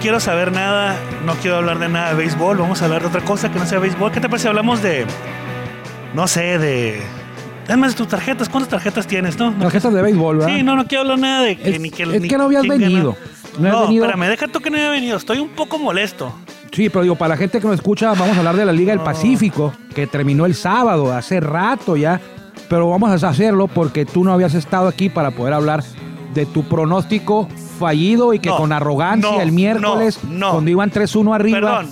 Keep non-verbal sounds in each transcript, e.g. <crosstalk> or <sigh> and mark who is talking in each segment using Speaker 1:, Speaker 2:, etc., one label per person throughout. Speaker 1: quiero saber nada, no quiero hablar de nada de béisbol, vamos a hablar de otra cosa que no sea béisbol. ¿Qué te parece si hablamos de, no sé, de... Además, tus tarjetas, ¿cuántas tarjetas tienes, no? No-
Speaker 2: Tarjetas de béisbol, ¿verdad?
Speaker 1: Sí, no, no quiero hablar nada de que
Speaker 2: Es,
Speaker 1: ni que...
Speaker 2: es
Speaker 1: ni
Speaker 2: que no habías
Speaker 1: quién gana.
Speaker 2: venido. No
Speaker 1: No,
Speaker 2: habías venido.
Speaker 1: espérame, deja tú que no haya venido. Estoy un poco molesto.
Speaker 2: Sí, pero digo, para la gente que nos escucha, vamos a hablar de la Liga
Speaker 1: Oh.
Speaker 2: del Pacífico, que terminó el sábado, hace rato ya. Pero vamos a hacerlo porque tú no habías estado aquí para poder hablar de tu pronóstico fallido y que
Speaker 1: No,
Speaker 2: con arrogancia
Speaker 1: no,
Speaker 2: el miércoles,
Speaker 1: no, no.
Speaker 2: cuando iban 3-1 arriba,
Speaker 1: Perdón.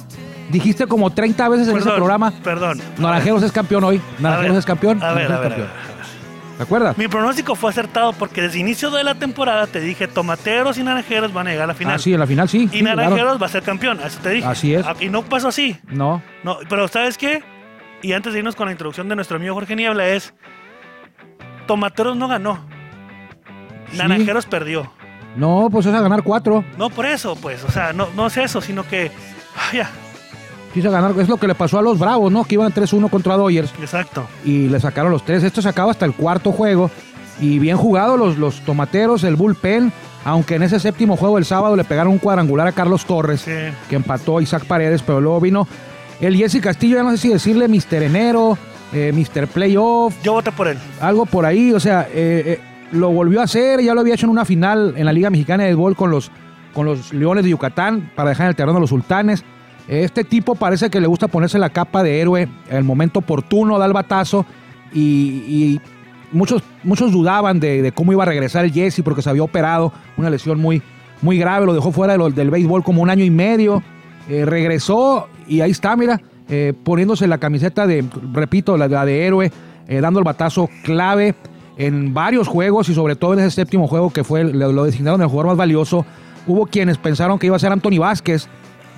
Speaker 2: dijiste como 30 veces en ese
Speaker 1: Perdón,
Speaker 2: programa,
Speaker 1: Perdón.
Speaker 2: Naranjeros es campeón hoy, Naranjeros
Speaker 1: ver,
Speaker 2: es campeón,
Speaker 1: a ver,
Speaker 2: Naranjeros
Speaker 1: a ver,
Speaker 2: es
Speaker 1: a
Speaker 2: campeón.
Speaker 1: ver, a ver.
Speaker 2: ¿Te acuerdas? Ah,
Speaker 1: Mi pronóstico fue acertado porque desde inicio de la temporada te dije tomateros y naranjeros van a llegar a la final.
Speaker 2: Ah, sí, en la final sí.
Speaker 1: y
Speaker 2: sí, llegaron.
Speaker 1: naranjeros va a ser campeón, así te dije.
Speaker 2: Así es.
Speaker 1: Ah, Y no pasó así.
Speaker 2: No,
Speaker 1: No, pero ¿sabes qué? Y antes de irnos con la introducción de nuestro amigo Jorge Niebla es Tomateros no ganó.
Speaker 2: Sí.
Speaker 1: Naranjeros perdió.
Speaker 2: no, pues es a ganar 4.
Speaker 1: No por eso, pues, o sea, no, no es eso, sino que ah, ya,
Speaker 2: Quiso ganar, es lo que le pasó a los Bravos, ¿no? Que iban 3-1 contra Dodgers.
Speaker 1: exacto.
Speaker 2: y le sacaron los tres. Esto se acaba hasta el cuarto juego. Y bien jugado los, los tomateros, el bullpen. Aunque en ese séptimo juego el sábado le pegaron un cuadrangular a Carlos Torres,
Speaker 1: Sí.
Speaker 2: que empató a Isaac Paredes, pero luego vino el Jesse Castillo. Ya no sé si decirle Mr. Enero, eh, Mr. Playoff,
Speaker 1: Yo voté por él.
Speaker 2: algo por ahí. O sea, eh, eh, lo volvió a hacer. Ya lo había hecho en una final en la Liga Mexicana de Béisbol con los, con los Leones de Yucatán para dejar en el terreno a los sultanes. Eh, Este tipo parece que le gusta ponerse la capa de héroe en el momento oportuno, da el batazo y, y muchos, muchos dudaban de, de cómo iba a regresar el Jesse porque se había operado una lesión muy, muy grave, lo dejó fuera de lo- del béisbol como un año y medio, Eh, regresó y ahí está, mira, eh, poniéndose la camiseta de, repito, la, la de héroe, eh, dando el batazo clave en varios juegos y sobre todo en ese séptimo juego que fue el- lo, lo designaron el jugador más valioso. Hubo quienes pensaron que iba a ser Anthony Vázquez,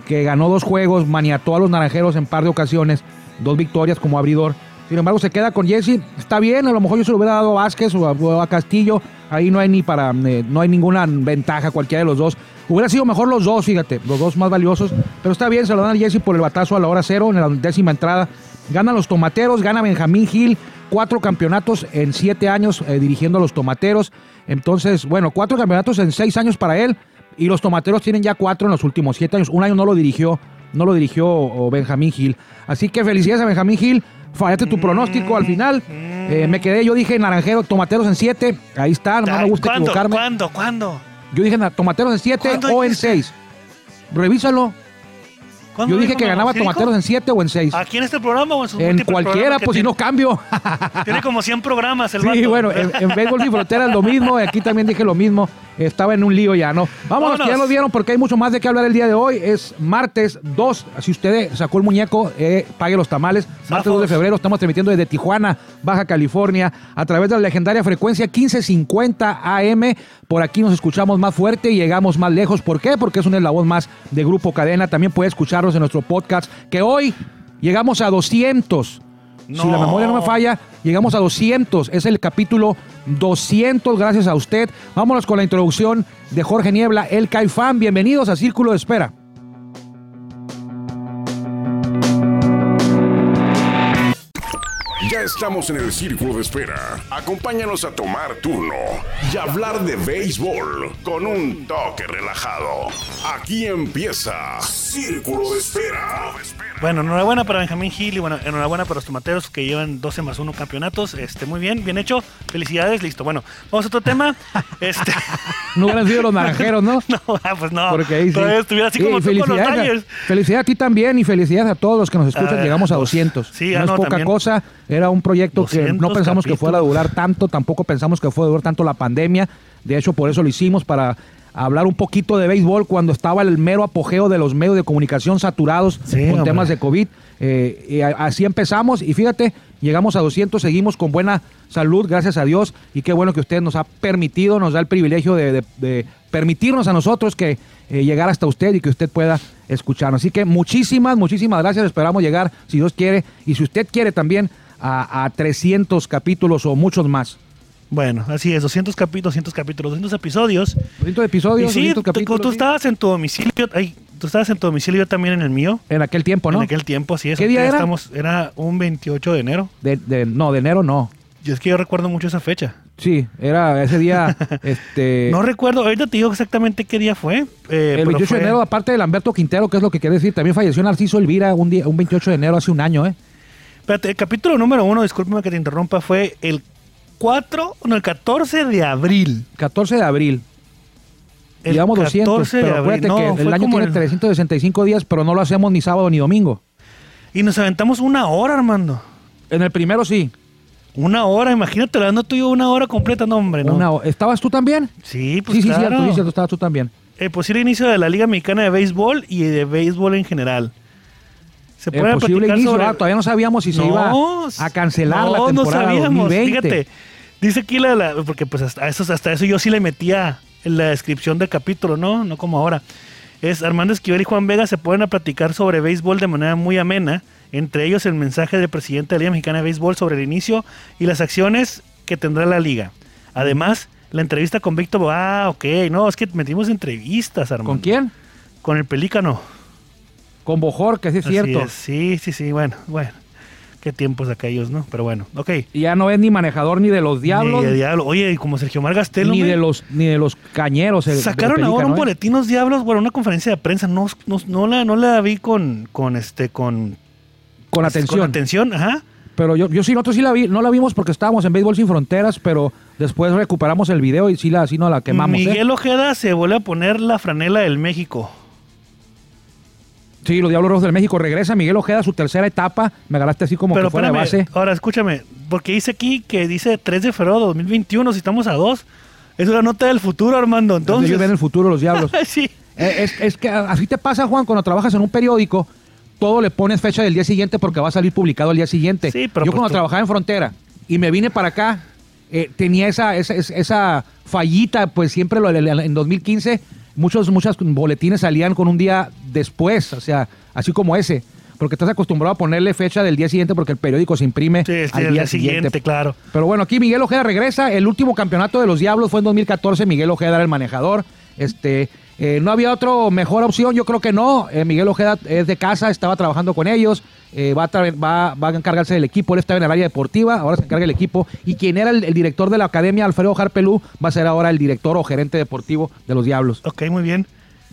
Speaker 2: que ganó dos juegos, maniató a los naranjeros en par de ocasiones, dos victorias como abridor. Sin embargo, se queda con Jesse. Está bien, a lo mejor yo se lo hubiera dado a Vázquez o a, o a Castillo. Ahí no hay ni para, eh, no hay ninguna ventaja cualquiera de los dos. Hubiera sido mejor los dos, fíjate, los dos más valiosos. Pero está bien, se lo dan a Jesse por el batazo a la hora cero en la décima entrada. Ganan los tomateros, gana Benjamín Gil. Cuatro campeonatos en siete años eh, dirigiendo a los tomateros. Entonces, bueno, cuatro campeonatos en seis años para él. Y los tomateros tienen ya cuatro en los últimos siete años. Un año no lo dirigió, no lo dirigió o, Benjamín Gil. Así que felicidades a Benjamín Gil. Fallaste tu pronóstico al final. Eh, me quedé, yo dije naranjero, tomateros en siete. Ahí está, no me
Speaker 1: Ay,
Speaker 2: gusta
Speaker 1: ¿Cuándo?
Speaker 2: equivocarme.
Speaker 1: ¿Cuándo? ¿Cuándo?
Speaker 2: Yo dije na- tomateros en siete
Speaker 1: ¿Cuándo
Speaker 2: o en
Speaker 1: dijiste?
Speaker 2: seis. Revísalo.
Speaker 1: ¿Cuándo
Speaker 2: Yo dije
Speaker 1: dijo
Speaker 2: que
Speaker 1: no?
Speaker 2: ganaba
Speaker 1: ¿Sí dijo?
Speaker 2: tomateros en siete o en seis.
Speaker 1: ¿Aquí en este programa o en sus
Speaker 2: En
Speaker 1: múltiples
Speaker 2: cualquiera,
Speaker 1: programas que
Speaker 2: pues si no
Speaker 1: tiene?
Speaker 2: cambio.
Speaker 1: Tiene como 100 programas el
Speaker 2: Sí,
Speaker 1: vato.
Speaker 2: bueno, en, en Béisbol Sin Fronteras lo mismo, y aquí también dije lo mismo, estaba en un lío ya, ¿no? Vámonos,
Speaker 1: Vámonos.
Speaker 2: que ya lo vieron porque hay mucho más de qué hablar el día de hoy, es martes 2, si usted sacó el muñeco, eh, pague los tamales, martes
Speaker 1: Zafos.
Speaker 2: 2 de febrero estamos transmitiendo desde Tijuana, Baja California, a través de la legendaria frecuencia 1550 AM, por aquí nos escuchamos más fuerte y llegamos más lejos, ¿por qué? Porque es un eslabón más de Grupo Cadena, también puede escucharnos en nuestro podcast, que hoy llegamos a 200. Si
Speaker 1: No.
Speaker 2: la memoria no me falla, llegamos a 200. Es el capítulo 200, gracias a usted. Vámonos con la introducción de Jorge Niebla, el Caifán. Bienvenidos a Círculo de Espera.
Speaker 3: Ya estamos en el círculo de espera. Acompáñanos a tomar turno y hablar de béisbol con un toque relajado. Aquí empieza Círculo de Espera.
Speaker 1: Bueno, enhorabuena para Benjamín Gil y bueno, enhorabuena para los tomateros que llevan 12 más 1 campeonatos. Este, muy bien, bien hecho. Felicidades, listo. Bueno, vamos a otro
Speaker 2: <laughs>
Speaker 1: tema. Este, <laughs>
Speaker 2: No hubieran sido los naranjeros, ¿no?
Speaker 1: no, ah, pues no.
Speaker 2: Porque ahí sí.
Speaker 1: Todavía estuviera así
Speaker 2: Sí,
Speaker 1: como tú con los
Speaker 2: felicidades a-
Speaker 1: Dodgers.
Speaker 2: Felicidades a ti también y felicidades a todos los que nos escuchan.
Speaker 1: ver,
Speaker 2: Llegamos a
Speaker 1: pues,
Speaker 2: 200.
Speaker 1: sí,
Speaker 2: no
Speaker 1: ah,
Speaker 2: es
Speaker 1: no,
Speaker 2: poca
Speaker 1: también.
Speaker 2: cosa. Era un proyecto que no
Speaker 1: 200
Speaker 2: pensamos que fuera a
Speaker 1: capítulos.
Speaker 2: durar tanto, tampoco pensamos que fuera a durar tanto la pandemia. De hecho, por eso lo hicimos para hablar un poquito de béisbol cuando estaba el mero apogeo de los medios de comunicación saturados
Speaker 1: Sí,
Speaker 2: con
Speaker 1: hombre.
Speaker 2: temas de COVID. Eh, y a- así empezamos y fíjate, llegamos a 200, seguimos con buena salud, gracias a Dios, y qué bueno que usted nos ha permitido, nos da el privilegio de, de- de permitirnos a nosotros que eh, llegar hasta usted y que usted pueda escucharnos. Así que muchísimas, muchísimas gracias, esperamos llegar, si Dios quiere, y si usted quiere también, a, a 300 capítulos o muchos más.
Speaker 1: Bueno, así es, 200 capítulos, 200 capítulos, 200 episodios.
Speaker 2: 200 episodios,
Speaker 1: y sí,
Speaker 2: 200
Speaker 1: tú,
Speaker 2: capítulos.
Speaker 1: tú
Speaker 2: sí.
Speaker 1: estabas en tu domicilio, ay, tú estabas en tu domicilio, yo también en el mío.
Speaker 2: En aquel tiempo, ¿no?
Speaker 1: En aquel tiempo, así es.
Speaker 2: ¿Qué día
Speaker 1: ahorita
Speaker 2: era?
Speaker 1: Estamos, era un 28 de enero.
Speaker 2: De- de- no, de enero no.
Speaker 1: Y es que yo recuerdo mucho esa fecha.
Speaker 2: Sí, era
Speaker 1: <laughs>
Speaker 2: ese día. este,
Speaker 1: No recuerdo, ahorita te digo exactamente qué día fue. eh,
Speaker 2: el
Speaker 1: pero
Speaker 2: 28
Speaker 1: fue-
Speaker 2: de enero, aparte de Lamberto Quintero, que es lo que quiere decir, también falleció Narciso Elvira un, día, un 28 de enero hace un año, ¿eh?
Speaker 1: Espérate, el capítulo número uno, discúlpame que te interrumpa, fue el 4, no, el 14 de abril.
Speaker 2: 14 de abril.
Speaker 1: El
Speaker 2: Llevamos 200,
Speaker 1: 14 de
Speaker 2: pero
Speaker 1: abril,
Speaker 2: acuérdate
Speaker 1: no,
Speaker 2: que el
Speaker 1: fue
Speaker 2: año
Speaker 1: como
Speaker 2: tiene
Speaker 1: el-
Speaker 2: 365 días, pero no lo hacemos ni sábado ni domingo.
Speaker 1: Y nos aventamos una hora, Armando.
Speaker 2: En el primero sí.
Speaker 1: Una hora, imagínate, hablando tú y yo una hora completa, no, hombre, no.
Speaker 2: Una- ¿Estabas tú también?
Speaker 1: Sí, pues
Speaker 2: sí, sí,
Speaker 1: claro.
Speaker 2: cierto, sí, cierto, estabas tú también.
Speaker 1: El posible inicio de la Liga Mexicana de Béisbol y de béisbol en general. Se
Speaker 2: El Eh, posible
Speaker 1: platicar
Speaker 2: inicio,
Speaker 1: sobre-
Speaker 2: ah, todavía no sabíamos si se
Speaker 1: No,
Speaker 2: iba a cancelar la
Speaker 1: no,
Speaker 2: temporada
Speaker 1: No sabíamos,
Speaker 2: 2020.
Speaker 1: fíjate. Dice aquí la, la- porque pues hasta eso, hasta eso yo sí le metía en la descripción del capítulo, ¿no? No como ahora. Es Armando Esquivel y Juan Vega se ponen a platicar sobre béisbol de manera muy amena, entre ellos el mensaje del presidente de la Liga Mexicana de Béisbol sobre el inicio y las acciones que tendrá la liga. Además, la entrevista con Víctor, Bo- ah, ok, no, es que metimos entrevistas, Armando.
Speaker 2: ¿Con quién?
Speaker 1: Con el Pelícano.
Speaker 2: Con Bojor, que sí es
Speaker 1: Así
Speaker 2: cierto.
Speaker 1: es, Sí, sí, sí, bueno, bueno. Qué tiempos aquellos, ¿no? Pero bueno, ok.
Speaker 2: Y ya no es ni manejador ni de los diablos,
Speaker 1: Ni
Speaker 2: ni
Speaker 1: de
Speaker 2: de,
Speaker 1: diablo. Oye, y como Sergio Mar Gastelum, eh,
Speaker 2: los, ni de los cañeros. el-
Speaker 1: Sacaron
Speaker 2: el
Speaker 1: ahora un
Speaker 2: Pelícano, ¿eh?
Speaker 1: boletín los diablos, bueno, una conferencia de prensa, no, no, no la, no la vi con, con este, con, este,
Speaker 2: Con atención.
Speaker 1: con atención, ajá.
Speaker 2: Pero yo, yo sí, nosotros sí la vi, no la vimos porque estábamos en Béisbol Sin Fronteras, pero después recuperamos el video y sí la, sí no la quemamos. ¿eh?
Speaker 1: Miguel Ojeda se vuelve a poner la franela del México.
Speaker 2: Sí, los Diablos Rojos del México. Regresa Miguel Ojeda a su tercera etapa. Me agarraste así como
Speaker 1: Pero
Speaker 2: que fuera de
Speaker 1: espérame,
Speaker 2: base.
Speaker 1: ahora escúchame, porque dice aquí que dice 3 de febrero de 2021, si estamos a 2, es una nota del futuro, Armando, entonces.
Speaker 2: Entonces, ellos ven el futuro
Speaker 1: <laughs>
Speaker 2: los Diablos.
Speaker 1: sí.
Speaker 2: Eh, es, es que así te pasa, Juan, cuando trabajas en un periódico, todo le pones fecha del día siguiente porque va a salir publicado al día siguiente.
Speaker 1: Sí, pero
Speaker 2: Yo
Speaker 1: pues
Speaker 2: cuando
Speaker 1: tú-
Speaker 2: trabajaba en Frontera y me vine para acá, eh, tenía esa, esa, esa- esa fallita, pues siempre lo- en 2015 muchos muchas boletines salían con un día después, o sea, así como ese. Porque estás acostumbrado a ponerle fecha del día siguiente porque el periódico se imprime
Speaker 1: Sí, sí,
Speaker 2: al día, siguiente.
Speaker 1: claro.
Speaker 2: Pero bueno, aquí Miguel Ojeda regresa. El último campeonato de los Diablos fue en 2014. Miguel Ojeda era el manejador. Este, eh, no había otra mejor opción, yo creo que no. Eh, Miguel Ojeda es de casa, estaba trabajando con ellos. eh, va, a tra- va, va a encargarse del equipo. Él estaba en el área deportiva, ahora se encarga el equipo. Y quien era el, el director de la academia, Alfredo Jarpelú, va a ser ahora el director o gerente deportivo de los Diablos.
Speaker 1: Ok, muy bien.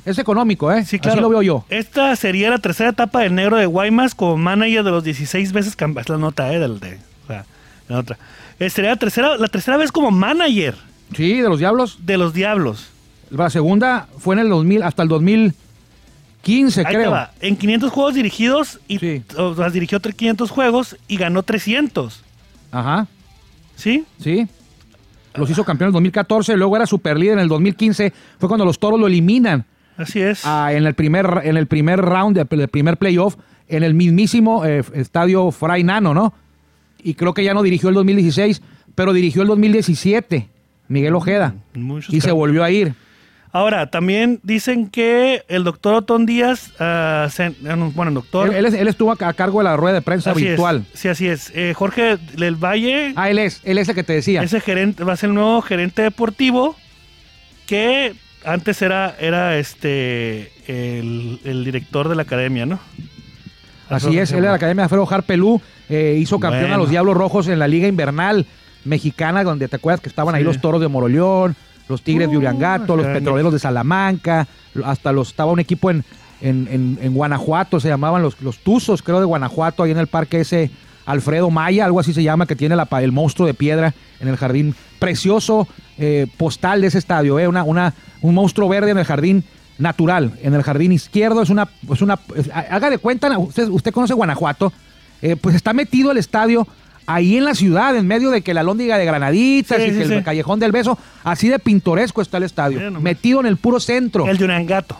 Speaker 2: Es económico, ¿eh?
Speaker 1: Sí, claro.
Speaker 2: Así lo veo yo.
Speaker 1: Esta sería la tercera etapa del negro de Guaymas como manager de los 16 veces campeón. Es la nota, ¿eh? Del de, o sea, la otra. Eh, sería la tercera, la tercera vez como manager
Speaker 2: Sí, de los Diablos.
Speaker 1: de los Diablos.
Speaker 2: La segunda fue en el 2000, hasta el 2015,
Speaker 1: Ahí te
Speaker 2: creo.
Speaker 1: va. En 500 juegos dirigidos, y,
Speaker 2: Sí.
Speaker 1: o sea, dirigió tre- 500 juegos y ganó 300.
Speaker 2: Ajá.
Speaker 1: ¿Sí?
Speaker 2: Sí. Los hizo campeones en el 2014, luego era superlíder en el 2015. Fue cuando los toros lo eliminan
Speaker 1: Así es.
Speaker 2: ah, en, el primer, en el primer round, del el primer playoff, en el mismísimo eh, estadio Fray Nano, ¿no? Y creo que ya no dirigió el 2016, pero dirigió el 2017, Miguel Ojeda.
Speaker 1: Muchos
Speaker 2: y se
Speaker 1: cambios.
Speaker 2: volvió a ir.
Speaker 1: Ahora, también dicen que el doctor Otón Díaz, ah, se- bueno, el doctor...
Speaker 2: Él, él es- él estuvo a, a cargo de la rueda de prensa
Speaker 1: así es.
Speaker 2: virtual.
Speaker 1: Sí, así es. Eh, Jorge del Valle...
Speaker 2: Ah, él es, él es el que te decía.
Speaker 1: Ese gerente va a ser el nuevo gerente deportivo que antes era, era este el, el director de la academia, ¿no?
Speaker 2: Así es, él era la academia de Alfredo Harpelú, eh, hizo campeón a
Speaker 1: Bueno.
Speaker 2: los Diablos Rojos en la Liga Invernal Mexicana, donde te acuerdas que estaban ahí
Speaker 1: Sí.
Speaker 2: los toros de Moroleón, los Tigres de
Speaker 1: Uh,
Speaker 2: Uriangato, los
Speaker 1: acá,
Speaker 2: petroleros de Salamanca, lo- hasta los estaba un equipo en, en, en- en Guanajuato, se llamaban los, los Tuzos, creo, de Guanajuato, ahí en el parque ese Alfredo Maya, algo así se llama, que tiene la, pa- el monstruo de piedra en el jardín. Precioso eh, postal de ese estadio, eh, una, una, un monstruo verde en el jardín natural, en el jardín izquierdo. Es una. Es una es- haga de cuenta, usted, usted conoce Guanajuato, eh, pues está metido el estadio ahí en la ciudad, en medio de que la lóndiga de Granaditas
Speaker 1: Sí,
Speaker 2: y
Speaker 1: sí,
Speaker 2: que el
Speaker 1: sí.
Speaker 2: Callejón del Beso, así de pintoresco está el estadio,
Speaker 1: Mira nomás.
Speaker 2: metido en el puro centro.
Speaker 1: El de Urangato.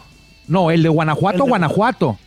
Speaker 2: No, el de Guanajuato,
Speaker 1: El de-
Speaker 2: Guanajuato.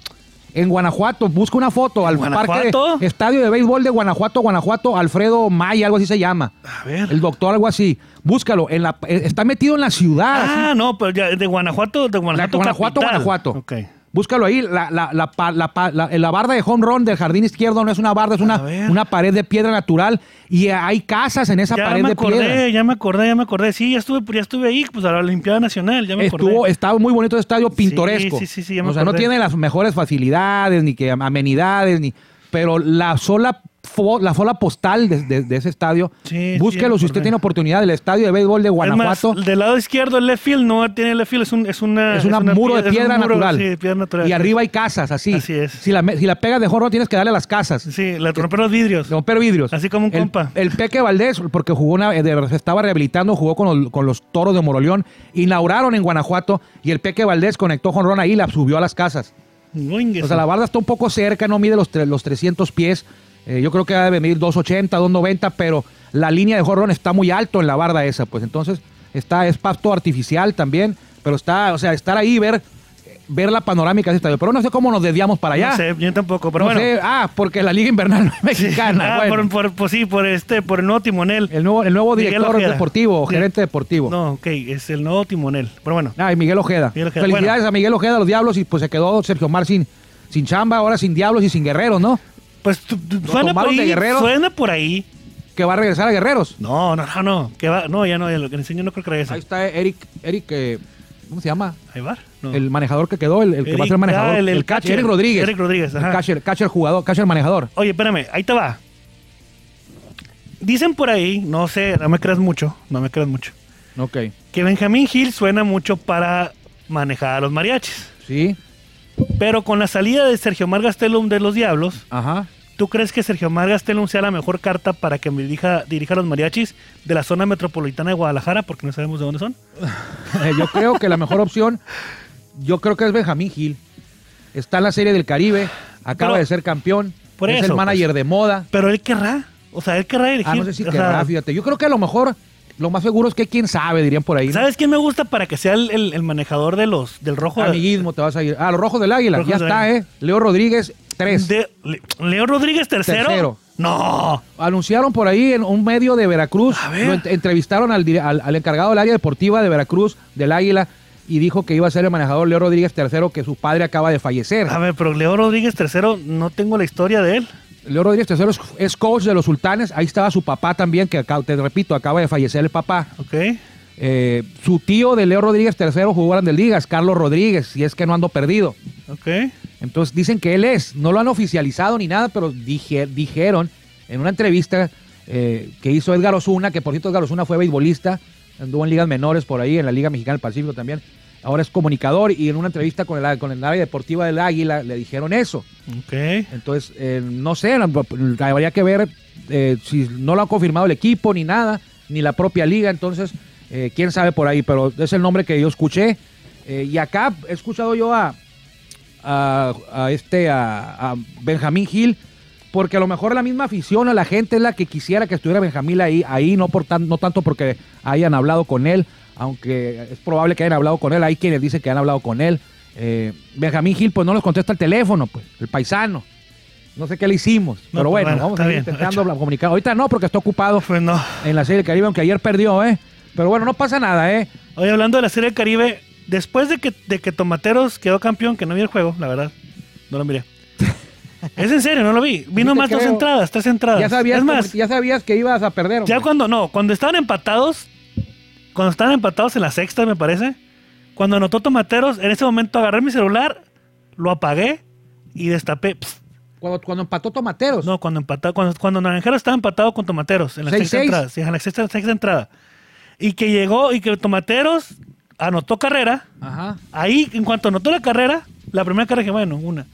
Speaker 2: En Guanajuato, busca una foto al parque
Speaker 1: Guanajuato?
Speaker 2: de- estadio de béisbol de Guanajuato, Guanajuato, Alfredo Maya, algo así se llama.
Speaker 1: A ver.
Speaker 2: El doctor, algo así. Búscalo. En la, eh, está metido en la ciudad. así.
Speaker 1: ah, no, pero ya de Guanajuato, de
Speaker 2: La-
Speaker 1: Guanajuato.
Speaker 2: Guanajuato,
Speaker 1: capital.
Speaker 2: Guanajuato.
Speaker 1: Ok.
Speaker 2: Búscalo ahí. La, la, la, pa- la pa- la- la barda de home run del jardín izquierdo no es una barda, es una,
Speaker 1: A ver.
Speaker 2: una pared de piedra natural. Y hay casas en esa
Speaker 1: Ya
Speaker 2: pared
Speaker 1: me
Speaker 2: de piedra.
Speaker 1: acordé, ya me acordé, ya me acordé. Sí, ya estuve, ya estuve ahí, pues a la Olimpiada Nacional, ya me
Speaker 2: Estuvo,
Speaker 1: acordé.
Speaker 2: estaba muy bonito el estadio, pintoresco.
Speaker 1: sí, sí, sí, ya me
Speaker 2: o sea, no
Speaker 1: acordé.
Speaker 2: tiene las mejores facilidades, ni que am- amenidades, ni. Pero la sola fo- la fola postal de, de- de ese estadio.
Speaker 1: Sí,
Speaker 2: Búsquelo
Speaker 1: sí,
Speaker 2: si usted
Speaker 1: correcto.
Speaker 2: tiene oportunidad. El estadio de béisbol de
Speaker 1: Es más,
Speaker 2: Guanajuato.
Speaker 1: del lado izquierdo, el left field no tiene left field, es, un, es una.
Speaker 2: es un muro de
Speaker 1: es un
Speaker 2: piedra
Speaker 1: muro,
Speaker 2: natural.
Speaker 1: Sí, piedra natural.
Speaker 2: Y arriba hay casas, así.
Speaker 1: Así es.
Speaker 2: Si la, me- si la pegas de jorro, tienes que darle a las casas.
Speaker 1: Sí, la romper los vidrios.
Speaker 2: Romper vidrios.
Speaker 1: Así como un
Speaker 2: el,
Speaker 1: compa.
Speaker 2: El Peque Valdés, porque jugó una, eh, de- se estaba rehabilitando, jugó con los, con los toros de Moroleón. Inauguraron en Guanajuato y el Peque Valdés conectó jonrón ahí y la subió a las casas.
Speaker 1: Uingues.
Speaker 2: O sea, la barda está un poco cerca, no mide los, tre- los 300 pies. Eh, yo creo que debe medir 280, 290, pero la línea de jorrón está muy alto en la barda esa. Pues entonces, está, es pasto artificial también, pero está, o sea, estar ahí y ver, eh, ver la panorámica de ese estadio. Pero no sé cómo nos desviamos para allá.
Speaker 1: No sé, yo tampoco, pero
Speaker 2: No
Speaker 1: bueno.
Speaker 2: sé, ah, porque la Liga Invernal no
Speaker 1: <laughs>
Speaker 2: es mexicana.
Speaker 1: Ah, por,
Speaker 2: bueno.
Speaker 1: por- pues sí, por este, por el nuevo timonel.
Speaker 2: El nuevo, el nuevo
Speaker 1: Miguel
Speaker 2: director
Speaker 1: Ojeda.
Speaker 2: deportivo,
Speaker 1: Sí.
Speaker 2: gerente deportivo.
Speaker 1: No, ok, es el nuevo timonel. Pero bueno,
Speaker 2: Ah, y Miguel Ojeda.
Speaker 1: Miguel Ojeda.
Speaker 2: Felicidades
Speaker 1: Bueno.
Speaker 2: a Miguel Ojeda, los Diablos, y pues se quedó Sergio Mar sin, sin chamba, ahora sin Diablos y sin Guerreros, ¿no?
Speaker 1: pues tu- tu-
Speaker 2: Lo
Speaker 1: suena por
Speaker 2: tomaron de
Speaker 1: ahí.
Speaker 2: Guerrero.
Speaker 1: Suena por ahí.
Speaker 2: Que va a regresar a Guerreros.
Speaker 1: No, no, no, no. Que va, no, ya no, ya lo que le enseño no creo que regrese.
Speaker 2: Ahí está Eric, Eric eh, ¿cómo se llama?
Speaker 1: Ahí va. No.
Speaker 2: El manejador que quedó, el, el que
Speaker 1: Eric-
Speaker 2: va a ser el manejador.
Speaker 1: ah, el- el
Speaker 2: catcher,
Speaker 1: catcher.
Speaker 2: Eric Rodríguez.
Speaker 1: Eric Rodríguez,
Speaker 2: El
Speaker 1: ajá.
Speaker 2: catcher, catcher jugador, catcher manejador.
Speaker 1: Oye, espérame, ahí te va. Dicen por ahí, no sé, no me creas mucho, no me creas mucho,
Speaker 2: Ok.
Speaker 1: que Benjamín Gil suena mucho para manejar a los mariachis.
Speaker 2: Sí,
Speaker 1: Pero con la salida de Sergio Mar Gastelum de los Diablos,
Speaker 2: ajá. <laughs>
Speaker 1: ¿tú crees que Sergio Mar Gastelum sea la mejor carta para que me dirija, dirija a los mariachis de la zona metropolitana de Guadalajara? Porque no sabemos de dónde son.
Speaker 2: yo creo que la mejor opción, yo creo que es Benjamín Gil. Está en la Serie del Caribe, acaba
Speaker 1: Pero-
Speaker 2: de ser campeón,
Speaker 1: por
Speaker 2: es
Speaker 1: eso, pues.
Speaker 2: el manager de moda.
Speaker 1: Pero él querrá, o sea, él querrá dirigir.
Speaker 2: Ah, no sé si
Speaker 1: o sea,
Speaker 2: querrá, fíjate. Yo creo que a lo mejor, lo más seguro es que quién sabe, dirían por ahí. ¿no?
Speaker 1: ¿Sabes quién me gusta para que sea el, el- el manejador de los, del rojo?
Speaker 2: Amiguismo, te vas a ir. Ah, los rojos del águila,
Speaker 1: Rojos
Speaker 2: ya
Speaker 1: del
Speaker 2: está,
Speaker 1: Águila.
Speaker 2: ¿eh? Leo Rodríguez, tres.
Speaker 1: De- Le- Leo Rodríguez tercero.
Speaker 2: Tercero.
Speaker 1: No.
Speaker 2: Anunciaron por ahí en un medio de Veracruz,
Speaker 1: A ver.
Speaker 2: lo ent- entrevistaron al, dire- al- al encargado del área deportiva de Veracruz, del águila, y dijo que iba a ser el manejador Leo Rodríguez tercero, que su padre acaba de fallecer.
Speaker 1: A ver, pero Leo Rodríguez tercero, no tengo la historia de él.
Speaker 2: Leo Rodríguez tercero es, es coach de los sultanes, ahí estaba su papá también, que acá- te repito, acaba de fallecer el papá.
Speaker 1: Ok.
Speaker 2: Eh, su tío de Leo Rodríguez tercero jugó Grandes Ligas, Carlos Rodríguez, si es que no ando perdido.
Speaker 1: Ok.
Speaker 2: Entonces dicen que él es, no lo han oficializado ni nada, pero dije- dijeron en una entrevista eh, que hizo Edgar Osuna, que por cierto Edgar Osuna fue beisbolista, anduvo en ligas menores por ahí, en la Liga Mexicana del Pacífico también, ahora es comunicador y en una entrevista con el, con el área deportiva del Águila le dijeron eso.
Speaker 1: Ok.
Speaker 2: Entonces, eh, no sé, habría que ver eh, si no lo ha confirmado el equipo ni nada, ni la propia liga, entonces, eh, quién sabe por ahí, pero es el nombre que yo escuché. Eh, y acá he escuchado yo a, a, a este, a, a Benjamín Gil, porque a lo mejor la misma afición a la gente es la que quisiera que estuviera Benjamín ahí, ahí no, por tan- no tanto porque hayan hablado con él, aunque es probable que hayan hablado con él, hay quienes dicen que han hablado con él. Eh, Benjamín Gil pues no nos contesta el teléfono, pues, el paisano. No sé qué le hicimos,
Speaker 1: No,
Speaker 2: pero
Speaker 1: pues,
Speaker 2: bueno,
Speaker 1: bueno,
Speaker 2: vamos a
Speaker 1: está
Speaker 2: ir
Speaker 1: bien,
Speaker 2: intentando
Speaker 1: hecho.
Speaker 2: comunicar. Ahorita no, porque está ocupado
Speaker 1: Pues no.
Speaker 2: en la Serie del Caribe, aunque ayer perdió, ¿eh? Pero bueno, no pasa nada, ¿eh?
Speaker 1: Oye, hablando de la Serie del Caribe, después de que, de que Tomateros quedó campeón, que no vi el juego, la verdad, no lo
Speaker 2: <laughs>
Speaker 1: miré. es en serio, no lo vi. Vino
Speaker 2: te
Speaker 1: más dos
Speaker 2: creo.
Speaker 1: entradas, tres entradas.
Speaker 2: Ya sabías,
Speaker 1: es
Speaker 2: cómo-
Speaker 1: más,
Speaker 2: ya sabías que ibas a perder.
Speaker 1: ya
Speaker 2: hombre.
Speaker 1: cuando no, cuando estaban empatados, cuando estaban empatados en la sexta, me parece, cuando anotó Tomateros, en ese momento agarré mi celular, lo apagué y destapé. Psst.
Speaker 2: Cuando, cuando empató Tomateros.
Speaker 1: No, cuando empatado, cuando, cuando Naranjero estaba empatado con Tomateros en la
Speaker 2: Seis,
Speaker 1: sexta
Speaker 2: seis.
Speaker 1: entrada. sí, en la sexta, sexta entrada. Y que llegó y que Tomateros anotó carrera.
Speaker 2: Ajá,
Speaker 1: Ahí, en cuanto anotó la carrera, la primera carrera dije, bueno, una.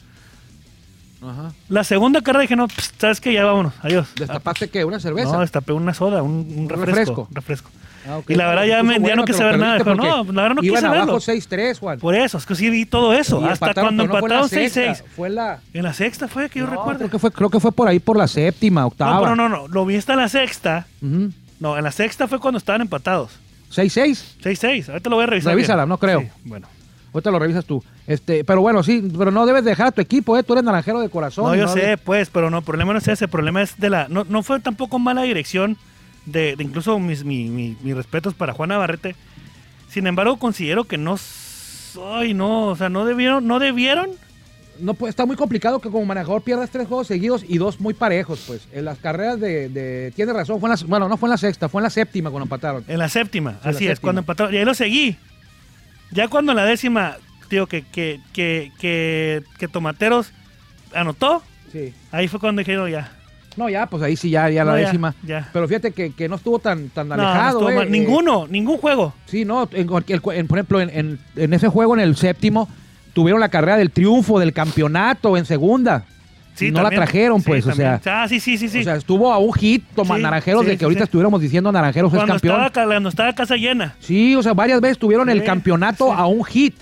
Speaker 2: ajá.
Speaker 1: La segunda carrera dije, no, pss, sabes que ya vámonos, adiós.
Speaker 2: ¿Destapaste qué? ¿Una
Speaker 1: Ah, no,
Speaker 2: cerveza?
Speaker 1: destapé una soda, un, un
Speaker 2: refresco.
Speaker 1: refresco. refresco.
Speaker 2: Ah, ok.
Speaker 1: Y la verdad ya,
Speaker 2: Puso
Speaker 1: me, ya
Speaker 2: bueno
Speaker 1: no
Speaker 2: que
Speaker 1: quise
Speaker 2: lo
Speaker 1: ver nada.
Speaker 2: perdiste
Speaker 1: Pero no,
Speaker 2: porque
Speaker 1: la verdad no
Speaker 2: iban
Speaker 1: quise verlo.
Speaker 2: abajo 6-3, Juan.
Speaker 1: Por eso, es que sí vi todo eso.
Speaker 2: Y
Speaker 1: hasta
Speaker 2: empataron,
Speaker 1: cuando
Speaker 2: pero no fue en la
Speaker 1: empataron
Speaker 2: sexta,
Speaker 1: 6-6.
Speaker 2: Fue en la...
Speaker 1: En la sexta fue que yo
Speaker 2: No,
Speaker 1: recuerdo.
Speaker 2: Creo que, fue, creo que fue por ahí, por la séptima,
Speaker 1: No,
Speaker 2: octava.
Speaker 1: pero no, no, lo vi hasta la sexta.
Speaker 2: Ujú.
Speaker 1: No, en la sexta fue cuando estaban empatados.
Speaker 2: 6-6.
Speaker 1: 6-6. Ahorita lo voy a revisar. bien.
Speaker 2: Revísala, no creo.
Speaker 1: Sí, bueno.
Speaker 2: Ahorita lo revisas tú. Este, pero bueno, sí, pero no debes dejar a tu equipo, ¿eh? Tú eres naranjero de corazón.
Speaker 1: No, yo sé,
Speaker 2: de-
Speaker 1: pues, pero no, el problema no es ese, el problema es de la... No, no fue tampoco mala dirección, de, de incluso mis, mi- mi- mis respetos para Juan Navarrete. Sin embargo, considero que no... Soy, no, o sea, no debieron, no debieron.
Speaker 2: No, pues, está muy complicado que como manejador pierdas tres juegos seguidos y dos muy parejos, pues. En las carreras de... de- tienes razón, fue en la, bueno, no fue en la sexta, fue en la séptima cuando empataron.
Speaker 1: En la séptima,
Speaker 2: la
Speaker 1: así es,
Speaker 2: séptima.
Speaker 1: cuando empataron. Y ahí lo seguí. Ya cuando en la décima, digo, que, que, que, que, que Tomateros anotó,
Speaker 2: Sí.
Speaker 1: ahí fue cuando dijeron ya.
Speaker 2: No, ya, pues ahí sí, ya, ya la
Speaker 1: No, ya,
Speaker 2: décima.
Speaker 1: ya.
Speaker 2: Pero fíjate que, que no estuvo tan, tan
Speaker 1: No, no
Speaker 2: alejado.
Speaker 1: estuvo
Speaker 2: eh,
Speaker 1: mal.
Speaker 2: eh,
Speaker 1: Ninguno, ningún juego.
Speaker 2: Sí, no, en, cualquier- en- por ejemplo, en, en- en ese juego, en el séptimo, tuvieron la carrera del triunfo, del campeonato en segunda.
Speaker 1: Sí,
Speaker 2: y no
Speaker 1: también.
Speaker 2: la trajeron,
Speaker 1: Sí,
Speaker 2: pues, o
Speaker 1: también.
Speaker 2: sea,
Speaker 1: Ah, sí, sí, sí, sí.
Speaker 2: o sea, estuvo a un hit, toma
Speaker 1: Sí,
Speaker 2: Naranjeros,
Speaker 1: sí,
Speaker 2: de que
Speaker 1: sí,
Speaker 2: ahorita
Speaker 1: sí.
Speaker 2: estuviéramos diciendo Naranjeros es
Speaker 1: cuando,
Speaker 2: campeón.
Speaker 1: estaba, ca- cuando estaba casa llena.
Speaker 2: Sí, o sea, varias veces tuvieron el
Speaker 1: Sí,
Speaker 2: campeonato
Speaker 1: sí.
Speaker 2: a un hit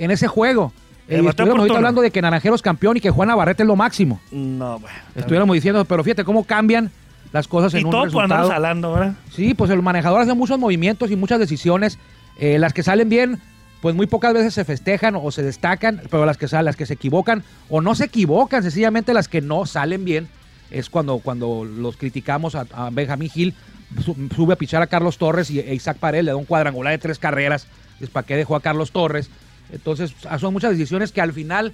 Speaker 2: en ese juego.
Speaker 1: El
Speaker 2: Eh,
Speaker 1: bateo
Speaker 2: estuviéramos ahorita
Speaker 1: oportuno.
Speaker 2: hablando de que Naranjeros campeón y que Juana Barrete es lo máximo.
Speaker 1: No, bueno.
Speaker 2: Estuviéramos diciendo, pero fíjate cómo cambian las cosas
Speaker 1: Y
Speaker 2: en un
Speaker 1: todo por andar
Speaker 2: resultado.
Speaker 1: salando, ¿verdad?
Speaker 2: Sí, pues el manejador hace muchos movimientos y muchas decisiones. Eh, las que salen bien, pues muy pocas veces se festejan o se destacan, pero las que, sal- las que se equivocan o no se equivocan, sencillamente las que no salen bien, es cuando, cuando los criticamos a, a Benjamín Gil, su- sube a pichar a Carlos Torres y e Isaac Paredes le da un cuadrangular de tres carreras, es para qué dejó a Carlos Torres. Entonces, ah, son muchas decisiones que al final,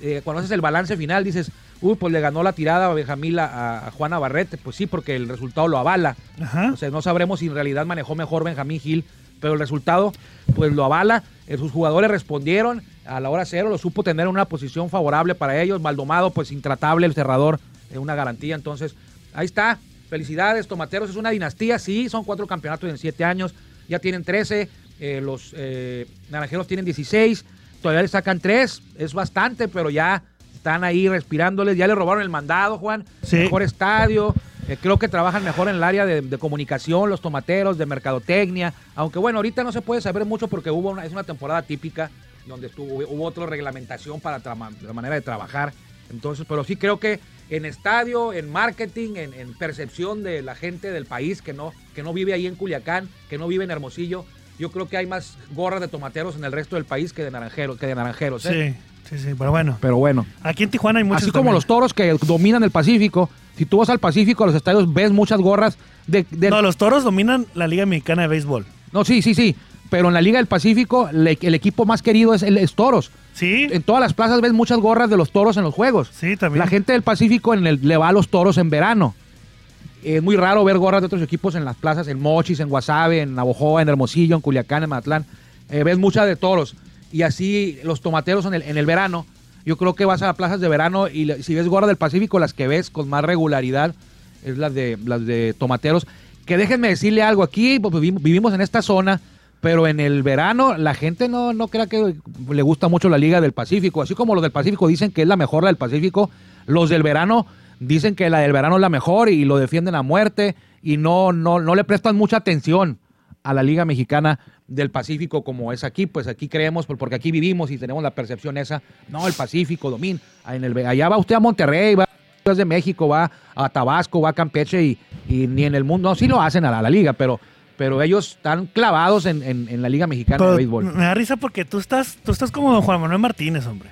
Speaker 2: eh, cuando haces el balance final, dices, uy, pues le ganó la tirada a Benjamín a- a, a Juana Barrete, pues sí, porque el resultado lo avala.
Speaker 1: Ajá.
Speaker 2: O sea, no sabremos si en realidad manejó mejor Benjamín Gil, pero el resultado pues lo avala. Eh, Sus jugadores respondieron a la hora cero, lo supo tener en una posición favorable para ellos. Maldomado, pues intratable, el cerrador, eh, una garantía. Entonces, ahí está. Felicidades, Tomateros. Es una dinastía, sí, son cuatro campeonatos en siete años. Ya tienen 13, eh, los eh, Naranjeros tienen 16, todavía le sacan tres, es bastante, pero ya están ahí respirándoles. Ya le robaron el mandado, Juan.
Speaker 1: Sí.
Speaker 2: Mejor estadio. Eh, creo que trabajan mejor en el área de, de comunicación, los tomateros, de mercadotecnia. Aunque bueno, ahorita no se puede saber mucho porque hubo una, es una temporada típica donde estuvo, hubo otra reglamentación para trama- la manera de trabajar. Entonces, pero sí creo que en estadio, en marketing, en, en percepción de la gente del país que no, que no vive ahí en Culiacán, que no vive en Hermosillo, yo creo que hay más gorras de tomateros en el resto del país que de naranjeros, que de naranjeros. ¿eh?
Speaker 1: Sí, sí, sí. Pero bueno.
Speaker 2: Pero bueno.
Speaker 1: Aquí en Tijuana hay muchos.
Speaker 2: Así como
Speaker 1: también.
Speaker 2: los toros que dominan el Pacífico, si tú vas al Pacífico a los estadios ves muchas gorras de... de-
Speaker 1: No,
Speaker 2: no,
Speaker 1: los toros dominan la Liga Mexicana de Béisbol.
Speaker 2: sí, sí, sí. Pero en la Liga del Pacífico le- el equipo más querido es, el, es Toros.
Speaker 1: Sí,
Speaker 2: En todas las plazas ves muchas gorras de los Toros en los juegos.
Speaker 1: sí, también.
Speaker 2: La gente del Pacífico en el- le va a los Toros en verano. Es muy raro ver gorras de otros equipos en las plazas, en Mochis, en Guasave, en Navojoa, en Hermosillo, en Culiacán, en Mazatlán. Eh, ves muchas de toros. Y así los tomateros en el, en el verano. Yo creo que vas a plazas de verano y le- si ves gorras del Pacífico, las que ves con más regularidad es las de, las de tomateros. Que déjenme decirle algo, aquí pues, vivi- vivimos en esta zona, pero en el verano la gente no, no crea que le gusta mucho la Liga del Pacífico. Así como los del Pacífico dicen que es la mejor la del Pacífico, los del verano dicen que la del verano es la mejor y lo defienden a muerte y no, no, no le prestan mucha atención a la Liga Mexicana del Pacífico como es aquí, pues aquí creemos, por- porque aquí vivimos y tenemos la percepción esa, no, el Pacífico, Domín, en el, ve- allá va usted a Monterrey, va a de México, va a Tabasco, va a Campeche y, y ni en el mundo, no, sí lo hacen a la, a la liga, pero, pero ellos están clavados en, en- en la Liga Mexicana
Speaker 1: Pero mm,
Speaker 2: de Béisbol.
Speaker 1: Me da risa porque tú estás, tú estás como don Juan Manuel Martínez, hombre.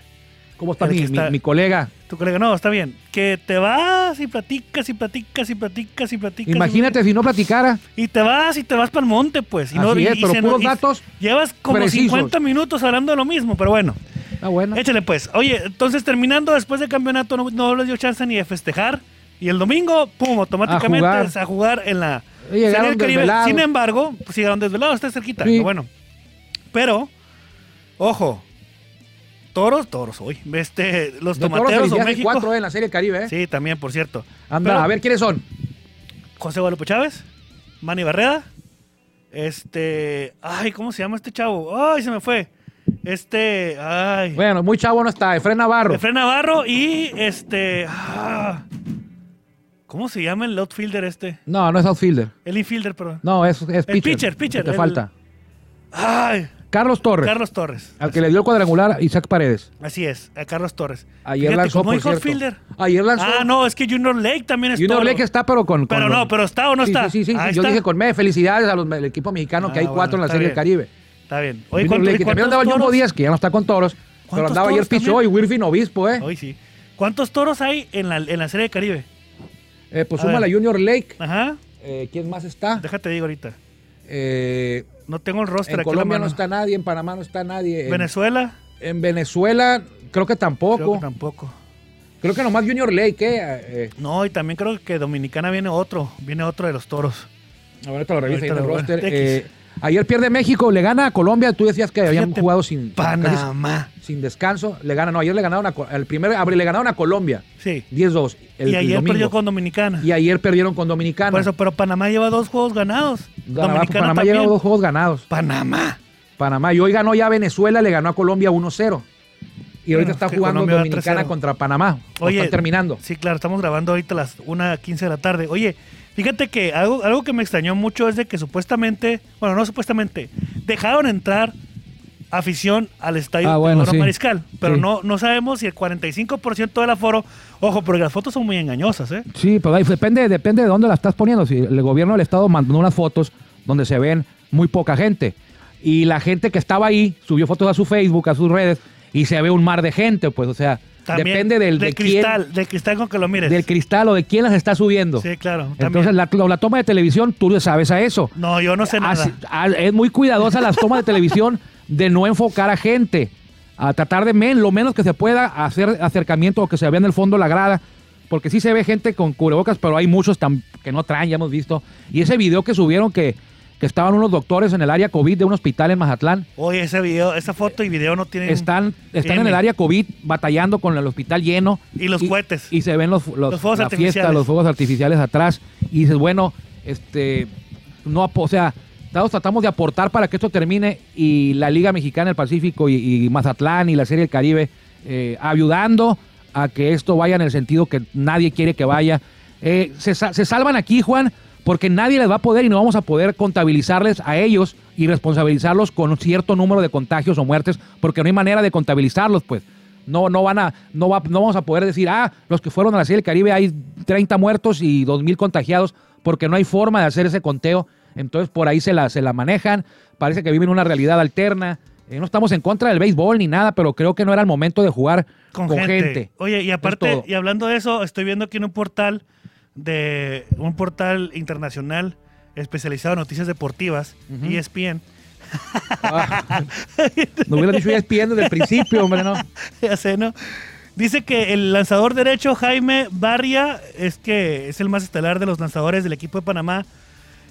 Speaker 2: ¿Cómo está,
Speaker 1: el
Speaker 2: mi,
Speaker 1: que
Speaker 2: mi-
Speaker 1: está-
Speaker 2: mi colega?
Speaker 1: Tu colega, no, está bien. Que te vas y platicas y platicas y platicas y platicas. y
Speaker 2: Imagínate
Speaker 1: platicas.
Speaker 2: si no platicara.
Speaker 1: Y te vas y te vas para el monte, pues. Y no,
Speaker 2: Así
Speaker 1: y-
Speaker 2: es,
Speaker 1: y
Speaker 2: pero
Speaker 1: se-
Speaker 2: puros
Speaker 1: y-
Speaker 2: datos
Speaker 1: Llevas como
Speaker 2: precisos.
Speaker 1: 50 minutos hablando de lo mismo, pero bueno.
Speaker 2: Ah, bueno.
Speaker 1: Échale pues. Oye, entonces terminando después del campeonato no, no les dio chance ni de festejar. Y el domingo, pum, automáticamente
Speaker 2: A jugar.
Speaker 1: a jugar en la
Speaker 2: Y llegaron
Speaker 1: Serie del
Speaker 2: desvelados.
Speaker 1: Sin embargo, pues, llegaron desvelados, está cerquita.
Speaker 2: Sí.
Speaker 1: pero Bueno. Pero, ojo, toros, toros hoy. Este, los
Speaker 2: De todos los
Speaker 1: tomateros o
Speaker 2: felicidades,
Speaker 1: México.
Speaker 2: cuatro eh, en la Serie Caribe, ¿eh?
Speaker 1: Sí, también, por cierto.
Speaker 2: Anda,
Speaker 1: Pero-
Speaker 2: a ver quiénes son.
Speaker 1: José Guadalupe Chávez, Manny Barreda, este. Ay, ¿cómo se llama este chavo? Ay, se me fue. Este. Ay.
Speaker 2: Bueno, muy chavo no está, Efraín Navarro.
Speaker 1: Efraín Navarro y este. ah, ¿Cómo se llama el outfielder este?
Speaker 2: No, no es outfielder.
Speaker 1: El infielder, perdón.
Speaker 2: No, es, es pitcher.
Speaker 1: El pitcher, pitcher,
Speaker 2: Te
Speaker 1: el-
Speaker 2: falta.
Speaker 1: Ay,
Speaker 2: Carlos Torres,
Speaker 1: Carlos Torres.
Speaker 2: al que le dio el cuadrangular Isaac Paredes.
Speaker 1: Así es, a Carlos Torres.
Speaker 2: Ayer
Speaker 1: Fíjate,
Speaker 2: lanzó,
Speaker 1: ¿cómo
Speaker 2: por
Speaker 1: dijo
Speaker 2: cierto.
Speaker 1: outfielder?
Speaker 2: Ayer lanzó.
Speaker 1: Ah, no, es que Junior Lake también es
Speaker 2: Y uno
Speaker 1: toro.
Speaker 2: hablé que está, pero con. con
Speaker 1: Pero
Speaker 2: los-
Speaker 1: no, pero está o no
Speaker 2: Sí,
Speaker 1: está.
Speaker 2: Sí, sí, sí.
Speaker 1: Ahí
Speaker 2: Yo
Speaker 1: está.
Speaker 2: dije con me, felicidades al equipo mexicano, que
Speaker 1: Ah,
Speaker 2: hay
Speaker 1: bueno,
Speaker 2: cuatro en la
Speaker 1: está
Speaker 2: Serie
Speaker 1: bien.
Speaker 2: del Caribe.
Speaker 1: Está bien.
Speaker 2: Junior
Speaker 1: Oye, ¿cuánto,
Speaker 2: Lake, y también
Speaker 1: ¿cuántos
Speaker 2: andaba Jumbo
Speaker 1: toros?
Speaker 2: Díaz, que ya no está con toros, pero
Speaker 1: ¿Cuántos
Speaker 2: andaba ayer
Speaker 1: toros
Speaker 2: Pichó y
Speaker 1: también?
Speaker 2: Wirfin Obispo, ¿eh?
Speaker 1: Hoy sí. ¿Cuántos toros hay en la, en la Serie del Caribe?
Speaker 2: Eh, pues
Speaker 1: A
Speaker 2: suma la
Speaker 1: ver.
Speaker 2: Junior Lake.
Speaker 1: Ajá.
Speaker 2: Eh, ¿Quién más está?
Speaker 1: Déjate digo ahorita.
Speaker 2: Eh,
Speaker 1: No tengo el roster
Speaker 2: en
Speaker 1: aquí en la
Speaker 2: Colombia no
Speaker 1: mano.
Speaker 2: está nadie, en Panamá no está nadie. En-
Speaker 1: Venezuela,
Speaker 2: En Venezuela, creo que
Speaker 1: creo
Speaker 2: tampoco.
Speaker 1: que tampoco.
Speaker 2: Creo que nomás Junior Lake, ¿eh? Eh,
Speaker 1: No, y también creo que Dominicana viene otro, viene otro de los toros.
Speaker 2: ahorita lo reviso ahí en el
Speaker 1: lo-
Speaker 2: roster.
Speaker 1: X.
Speaker 2: Eh, Ayer pierde México, le gana a Colombia. Tú decías que habían
Speaker 1: Fíjate,
Speaker 2: jugado sin, casi
Speaker 1: Panamá.
Speaker 2: sin descanso. Le gana, no, ayer le ganaron a, Co- el primer, abril le ganaron a Colombia.
Speaker 1: Sí.
Speaker 2: 10-2.
Speaker 1: y
Speaker 2: el- el
Speaker 1: ayer
Speaker 2: domingo.
Speaker 1: perdió con Dominicana.
Speaker 2: Y ayer perdieron con Dominicana.
Speaker 1: Por eso, pero Panamá lleva dos juegos ganados.
Speaker 2: Ganaba-
Speaker 1: Dominicana
Speaker 2: Panamá
Speaker 1: también.
Speaker 2: lleva dos juegos ganados.
Speaker 1: Panamá.
Speaker 2: Panamá. Y hoy ganó ya Venezuela, le ganó a Colombia 1-0. Y
Speaker 1: Bueno,
Speaker 2: ahorita está
Speaker 1: que
Speaker 2: jugando
Speaker 1: Colombia va
Speaker 2: Dominicana
Speaker 1: 3-0.
Speaker 2: contra Panamá. Lo están terminando.
Speaker 1: Sí, claro, estamos grabando ahorita a las 1.15 de la tarde. Oye, fíjate que algo, algo que me extrañó mucho es de que supuestamente, bueno, no supuestamente, dejaron entrar afición al estadio
Speaker 2: Ah,
Speaker 1: de
Speaker 2: bueno,
Speaker 1: Teodoro
Speaker 2: sí.
Speaker 1: Mariscal, pero
Speaker 2: Sí.
Speaker 1: no, no sabemos si el 45% del aforo, ojo, porque las fotos son muy engañosas, ¿eh?
Speaker 2: Sí, pero ahí depende, depende de dónde la estás poniendo. Si el gobierno del estado mandó unas fotos donde se ven muy poca gente. Y la gente que estaba ahí subió fotos a su Facebook, a sus redes, y se ve un mar de gente, pues, o sea,
Speaker 1: También
Speaker 2: depende del, de quién-
Speaker 1: cristal, del cristal con que lo mires.
Speaker 2: del cristal o de quién las está subiendo.
Speaker 1: Sí, claro.
Speaker 2: Entonces,
Speaker 1: también.
Speaker 2: la, la toma de televisión, tú le sabes a eso.
Speaker 1: no, yo no sé nada.
Speaker 2: Así- a- Ah, es muy cuidadosa las tomas de televisión de no enfocar a gente, a tratar de men- lo menos que se pueda hacer acercamiento o que se vea en el fondo la grada, porque sí se ve gente con cubrebocas, pero hay muchos tam- que no traen, ya hemos visto. Y ese video que subieron que, que estaban unos doctores en el área COVID de un hospital en Mazatlán,
Speaker 1: Oye, ese video, esa foto y video no tienen...
Speaker 2: están, están en
Speaker 1: M.
Speaker 2: el área COVID batallando con el hospital lleno.
Speaker 1: Y los cohetes.
Speaker 2: Y se ven los, los-
Speaker 1: Los fuegos
Speaker 2: la fiesta,
Speaker 1: artificiales.
Speaker 2: los fuegos artificiales atrás. Y dices, bueno, este, no, apo- o sea, todos tratamos de aportar para que esto termine y la Liga Mexicana, el Pacífico y, y Mazatlán y la Serie del Caribe eh, ayudando a que esto vaya en el sentido que nadie quiere que vaya. Eh, se, sa- se salvan aquí, Juan, porque nadie les va a poder y no vamos a poder contabilizarles a ellos y responsabilizarlos con cierto número de contagios o muertes, porque no hay manera de contabilizarlos, pues. No, no van a, no, va- no vamos a poder decir, ah, los que fueron a la Serie del Caribe hay 30 muertos y 2.000 contagiados, porque no hay forma de hacer ese conteo. Entonces por ahí se la, se la manejan, parece que viven una realidad alterna. Eh, no estamos en contra del béisbol ni nada, pero creo que no era el momento de jugar con, gente.
Speaker 1: Oye, y aparte,
Speaker 2: todo.
Speaker 1: y hablando de eso, estoy viendo aquí en un portal de un portal internacional especializado en noticias deportivas, E ESPN.
Speaker 2: Ah, me hubieran dicho ya ESPN desde el principio, hombre, ¿no?
Speaker 1: <laughs> ya sé, ¿no? Dice que el lanzador derecho Jaime Barria es que es el más estelar de los lanzadores del equipo de Panamá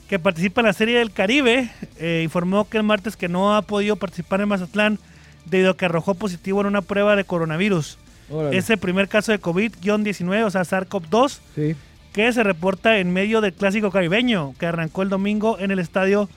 Speaker 1: que participa en la Serie del Caribe. Eh, informó que el martes que no ha podido participar en Mazatlán debido a que arrojó positivo en una prueba de coronavirus.
Speaker 2: Órale.
Speaker 1: Es el primer caso de COVID-19, o sea, SARS-CoV-2,
Speaker 2: Sí.
Speaker 1: que se reporta en medio del clásico caribeño que arrancó el domingo en el estadio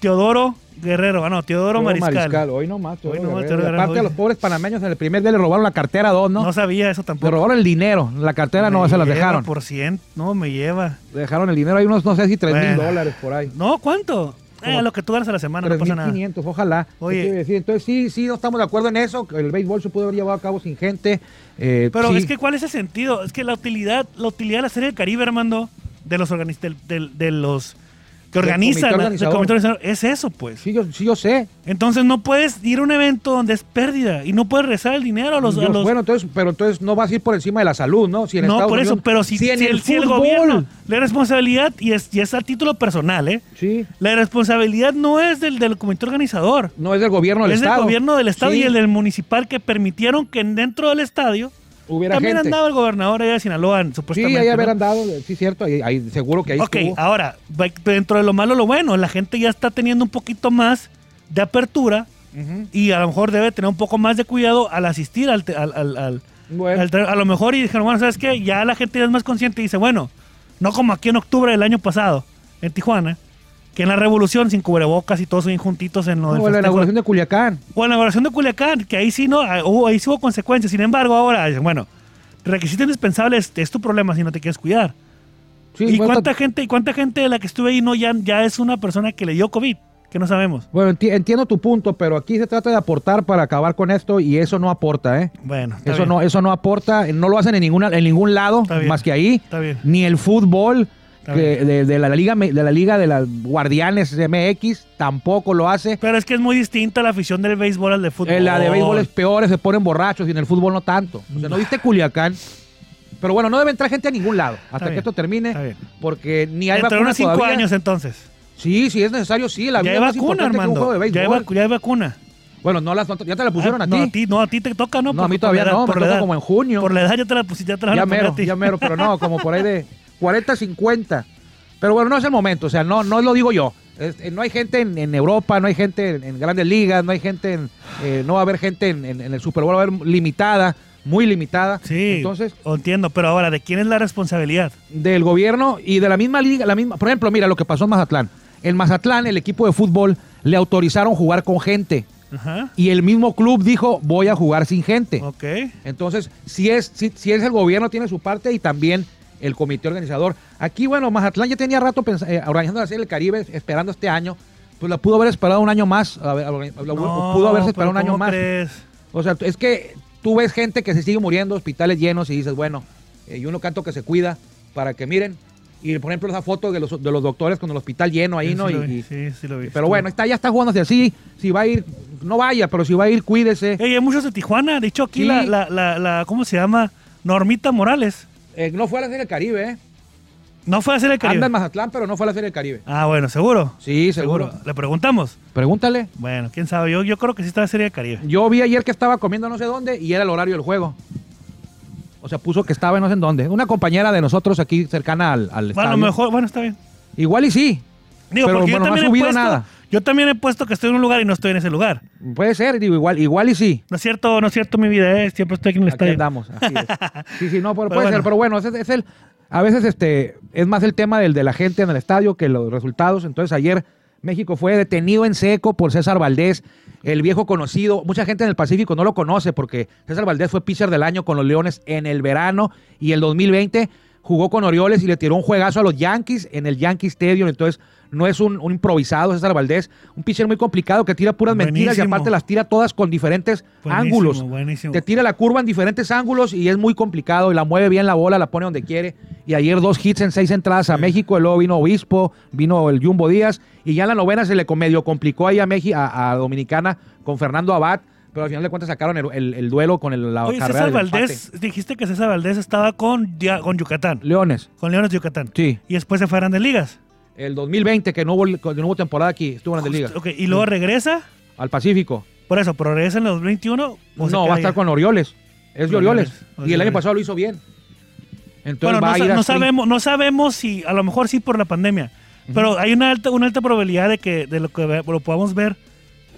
Speaker 1: Teodoro Guerrero. Ah, no, Teodoro Mariscal.
Speaker 2: Hoy no más,
Speaker 1: Hoy no más, Teodoro Guerrero,
Speaker 2: Aparte a
Speaker 1: hoy.
Speaker 2: los pobres panameños en el primer día le robaron la cartera a dos, ¿no?
Speaker 1: No sabía eso
Speaker 2: le
Speaker 1: tampoco.
Speaker 2: robaron el dinero, la cartera no
Speaker 1: Me
Speaker 2: se las
Speaker 1: lleva
Speaker 2: dejaron.
Speaker 1: Por cien, no me lleva.
Speaker 2: Dejaron el dinero, hay unos, no sé si 3 mil
Speaker 1: Bueno.
Speaker 2: dólares por ahí.
Speaker 1: No, ¿cuánto? Eh,
Speaker 2: Como
Speaker 1: lo que tú ganas a la semana, no pasa nada.
Speaker 2: 3.500, ojalá.
Speaker 1: Oye.
Speaker 2: Oye. Entonces, sí, sí, no estamos de acuerdo en eso. que El béisbol se pudo haber llevado a cabo sin gente. eh,
Speaker 1: Pero
Speaker 2: sí.
Speaker 1: es que ¿cuál es el sentido? Es que la utilidad, la utilidad de la Serie del Caribe, Armando, de los organiz- del- del- de los que
Speaker 2: Del
Speaker 1: organizan,
Speaker 2: comité
Speaker 1: ¿no?
Speaker 2: organizador.
Speaker 1: comité organizador, es eso, pues.
Speaker 2: Sí, yo, sí, yo sé.
Speaker 1: Entonces no puedes ir a un evento donde es pérdida y no puedes regresar el dinero a los... a
Speaker 2: Yo-
Speaker 1: los-
Speaker 2: Bueno, entonces, pero entonces no vas a ir por encima de la salud, ¿no? Si en
Speaker 1: no,
Speaker 2: Estados
Speaker 1: por eso,
Speaker 2: Unidos-
Speaker 1: pero si,
Speaker 2: en
Speaker 1: si
Speaker 2: el,
Speaker 1: el, si el
Speaker 2: fútbol-
Speaker 1: gobierno la responsabilidad, y es, y es a título personal, ¿eh?
Speaker 2: Sí.
Speaker 1: La responsabilidad no es del, del comité organizador.
Speaker 2: No es del gobierno del
Speaker 1: es
Speaker 2: Estado.
Speaker 1: el gobierno del estado
Speaker 2: Sí,
Speaker 1: y el del municipal que permitieron que dentro del estadio
Speaker 2: Hubiera
Speaker 1: también
Speaker 2: gente.
Speaker 1: andaba el gobernador allá de Sinaloa, supuestamente.
Speaker 2: Sí, ahí
Speaker 1: ¿no?
Speaker 2: haber andado, sí, cierto. Ahí, ahí seguro que ahí
Speaker 1: ok, ah,
Speaker 2: estuvo.
Speaker 1: ahora, va- dentro de lo malo, lo bueno, la gente ya está teniendo un poquito más de apertura y a lo mejor debe tener un poco más de cuidado al asistir al... te- al- al- al-
Speaker 2: Bueno.
Speaker 1: al tra- a lo mejor y dijeron, bueno, ¿sabes qué? Ya la gente ya es más consciente y dice, bueno, no como aquí en octubre del año pasado, en Tijuana, que en la revolución sin cubrebocas y todos bien juntitos en lo del
Speaker 2: Como la
Speaker 1: festejo.
Speaker 2: inauguración de Culiacán.
Speaker 1: O en la evaluación de Culiacán, que ahí sí no, ah, hubo, ahí sí hubo consecuencias. Sin embargo, ahora dicen, bueno, requisito indispensable es, es tu problema si no te quieres cuidar.
Speaker 2: Sí,
Speaker 1: ¿Y
Speaker 2: bueno,
Speaker 1: cuánta gente, y cuánta gente de la que estuve ahí no ya, ya es una persona que le dio COVID? Que no sabemos.
Speaker 2: Bueno, enti- entiendo tu punto, pero aquí se trata de aportar para acabar con esto y eso no aporta, ¿eh?
Speaker 1: Bueno, está
Speaker 2: Eso
Speaker 1: bien.
Speaker 2: no, eso no aporta, no lo hacen en ninguna, en ningún lado
Speaker 1: Está bien.
Speaker 2: más que ahí.
Speaker 1: Está bien.
Speaker 2: Ni el fútbol
Speaker 1: Está
Speaker 2: que- de, de la liga me- de la liga de las Guardianes MX tampoco lo hace.
Speaker 1: Pero es que es muy distinta la afición del béisbol al de fútbol.
Speaker 2: En Eh, la de béisbol es peor, se ponen borrachos y en el fútbol no tanto. O sea, no viste Culiacán. Pero bueno, no debe entrar gente a ningún lado hasta que
Speaker 1: bien,
Speaker 2: esto termine,
Speaker 1: está bien.
Speaker 2: porque ni hay
Speaker 1: Entre
Speaker 2: vacuna
Speaker 1: unos cinco
Speaker 2: todavía.
Speaker 1: años entonces.
Speaker 2: Sí, sí es necesario, sí, la
Speaker 1: ya
Speaker 2: vida
Speaker 1: hay
Speaker 2: es más
Speaker 1: vacuna,
Speaker 2: importante que un juego de
Speaker 1: Armando. Ya hay,
Speaker 2: béisbol.
Speaker 1: vacu- ya hay vacuna.
Speaker 2: Bueno, no las, no- ya te la pusieron
Speaker 1: Ah,
Speaker 2: a ti.
Speaker 1: No, a ti, no, a ti te toca, ¿no?
Speaker 2: No, a mí
Speaker 1: Por- por
Speaker 2: todavía
Speaker 1: la edad-
Speaker 2: no, me
Speaker 1: por la
Speaker 2: toca
Speaker 1: edad.
Speaker 2: como en junio.
Speaker 1: Por la edad ya te la pusiste, ya te la van
Speaker 2: Ya
Speaker 1: a poner a
Speaker 2: mero,
Speaker 1: ti.
Speaker 2: ya mero, pero no, como por ahí de 40, 50. Pero bueno, no es el momento, o sea, no, no lo digo yo. Este, no hay gente en, en Europa, no hay gente en, en grandes ligas, no hay gente en. eh, no va a haber gente en, en- en el Super Bowl, va a haber limitada, muy limitada.
Speaker 1: Sí,
Speaker 2: Entonces,
Speaker 1: entiendo, pero ahora, ¿de quién es la responsabilidad?
Speaker 2: del gobierno y de la misma liga, la misma. Por ejemplo, mira lo que pasó en Mazatlán. En Mazatlán, el equipo de fútbol le autorizaron jugar con gente.
Speaker 1: Ajá.
Speaker 2: Y el mismo club dijo, voy a jugar sin gente.
Speaker 1: Ok.
Speaker 2: Entonces, si es, si, si es el gobierno, tiene su parte y también el comité organizador. Aquí, bueno, Mazatlán ya tenía rato pens- eh, organizando la Serie del Caribe, esperando este año. Pues la pudo haber esperado un año más. a ver, a ver, la-
Speaker 1: No,
Speaker 2: pudo haberse
Speaker 1: pero
Speaker 2: esperado un año
Speaker 1: ¿cómo
Speaker 2: más.
Speaker 1: crees?
Speaker 2: O sea, es que tú ves gente que se sigue muriendo, hospitales llenos, y dices, bueno, eh, y uno canto que se cuida para que miren. Y por ejemplo, esa foto de los, de los doctores con el hospital lleno ahí,
Speaker 1: Sí,
Speaker 2: ¿no?
Speaker 1: sí lo
Speaker 2: Y-
Speaker 1: vi,
Speaker 2: y-
Speaker 1: sí, sí lo vi.
Speaker 2: pero bueno, está, ya está jugándose así. Si va a ir, no vaya, pero si va a ir, cuídese.
Speaker 1: Ey, hay muchos de Tijuana. De hecho, aquí
Speaker 2: Sí.
Speaker 1: la, la, la, la- ¿cómo se llama? Normita Morales.
Speaker 2: Eh, no fue a la Serie del Caribe, ¿eh?
Speaker 1: No fue a hacer el Caribe.
Speaker 2: Anda en Mazatlán, pero no fue a la Serie del Caribe.
Speaker 1: Ah, bueno, seguro.
Speaker 2: Sí, seguro.
Speaker 1: ¿Le preguntamos?
Speaker 2: Pregúntale.
Speaker 1: Bueno, quién sabe. Yo, yo creo que sí está la Serie del Caribe.
Speaker 2: Yo vi ayer que estaba comiendo no sé dónde y era el horario del juego. O sea, puso que estaba en no sé en dónde. Una compañera de nosotros aquí cercana al, al
Speaker 1: Bueno, a lo
Speaker 2: estadio.
Speaker 1: mejor, bueno, está bien.
Speaker 2: Igual y sí.
Speaker 1: Digo,
Speaker 2: pero
Speaker 1: porque yo
Speaker 2: bueno, no ha
Speaker 1: también he
Speaker 2: subido
Speaker 1: puesto-
Speaker 2: nada.
Speaker 1: Yo también he puesto que estoy en un lugar y no estoy en ese lugar.
Speaker 2: Puede ser, digo, igual, igual y sí.
Speaker 1: No es cierto, no es cierto mi vida, eh, siempre estoy aquí en el
Speaker 2: Aquí
Speaker 1: estadio.
Speaker 2: andamos. así es. <laughs> Sí, sí, no, pero
Speaker 1: Pero
Speaker 2: puede ser.
Speaker 1: bueno.
Speaker 2: Pero bueno, ese es, es el. A veces este, es más el tema del de la gente en el estadio que los resultados. Entonces, ayer México fue detenido en seco por César Valdés, el viejo conocido. Mucha gente en el Pacífico no lo conoce porque César Valdés fue pitcher del año con los Leones en el verano y el 2020 jugó con Orioles y le tiró un juegazo a los Yankees en el Yankee Stadium. Entonces, no es un, un improvisado César Valdés, un pitcher muy complicado que tira puras mentiras y
Speaker 1: Buenísimo.
Speaker 2: aparte las tira todas con diferentes
Speaker 1: Buenísimo,
Speaker 2: ángulos.
Speaker 1: buenísimo.
Speaker 2: Te tira la curva en diferentes ángulos y es muy complicado. Y la mueve bien la bola, la pone donde quiere. Y ayer dos hits en seis entradas a México. Y luego vino Obispo, vino el Jumbo Díaz. Y ya en la novena se le com- medio complicó ahí a México, a, a Dominicana, con Fernando Abad. Pero al final de cuentas sacaron el, el- el duelo con el, la
Speaker 1: Oye,
Speaker 2: carrera
Speaker 1: César
Speaker 2: del empate.
Speaker 1: Valdés, dijiste que César Valdés estaba con, Dia- con Yucatán,
Speaker 2: Leones,
Speaker 1: con Leones de Yucatán.
Speaker 2: Sí.
Speaker 1: Y después se fue a Grandes Ligas.
Speaker 2: el 2020, que no hubo, que no hubo temporada aquí, estuvo en la liga.
Speaker 1: Ok, y luego regresa,
Speaker 2: Al Pacífico.
Speaker 1: por eso, pero regresa en el 2021. o se
Speaker 2: no,
Speaker 1: queda
Speaker 2: va a estar
Speaker 1: ahí?
Speaker 2: con Orioles. Es
Speaker 1: Con
Speaker 2: de Orioles.
Speaker 1: Orioles.
Speaker 2: Y el año
Speaker 1: Orioles.
Speaker 2: pasado lo hizo bien. Entonces
Speaker 1: Bueno,
Speaker 2: va
Speaker 1: no,
Speaker 2: a
Speaker 1: sa-
Speaker 2: ir
Speaker 1: no
Speaker 2: así.
Speaker 1: sabemos, no sabemos si, a lo mejor sí por la pandemia, pero hay una alta, una alta probabilidad de que de lo que ve- lo podamos ver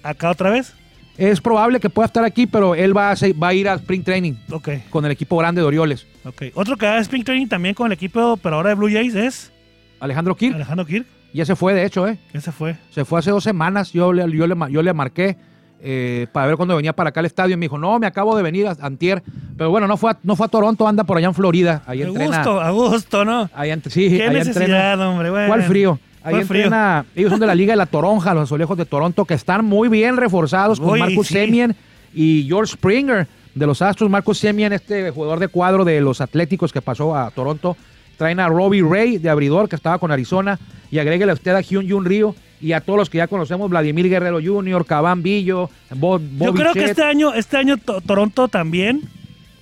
Speaker 1: acá otra vez.
Speaker 2: Es probable que pueda estar aquí, pero él va a, se- va a ir a Spring Training
Speaker 1: Ok,
Speaker 2: con el equipo grande de Orioles.
Speaker 1: ok. Otro que da Spring Training también con el equipo, pero ahora de Blue Jays es
Speaker 2: Alejandro Kirk
Speaker 1: Alejandro Kirk,
Speaker 2: ya se fue, de hecho, ¿eh?
Speaker 1: que se fue.
Speaker 2: Se fue hace dos semanas. Yo le, yo le, ma- yo le marqué eh, para ver cuándo venía para acá al estadio. Y me dijo, no, me acabo de venir a Antier. Pero bueno, no fue a, no fue a Toronto, anda por allá en Florida. Ahí
Speaker 1: A
Speaker 2: entrena.
Speaker 1: gusto, a gusto, ¿no?
Speaker 2: Ahí ent- sí,
Speaker 1: Qué
Speaker 2: ahí
Speaker 1: necesidad,
Speaker 2: entrena.
Speaker 1: hombre. Bueno.
Speaker 2: ¿Cuál frío? Ahí
Speaker 1: ¿Cuál frío?
Speaker 2: entrena- ellos son de la Liga de la Toronja, los azulejos de Toronto, que están muy bien reforzados con
Speaker 1: Oye,
Speaker 2: Marcus
Speaker 1: sí.
Speaker 2: Semien y George Springer de los Astros. Marcus Semien, este jugador de cuadro de los Atléticos que pasó a Toronto. Traen a Robbie Ray de abridor, que estaba con Arizona. Y agréguele a usted a Hyun Jun Río y a todos los que ya conocemos: Vladimir Guerrero Jr., Cabán Billo, Bob,
Speaker 1: Yo
Speaker 2: Bobby
Speaker 1: creo que
Speaker 2: Chet.
Speaker 1: este año, este año to- Toronto también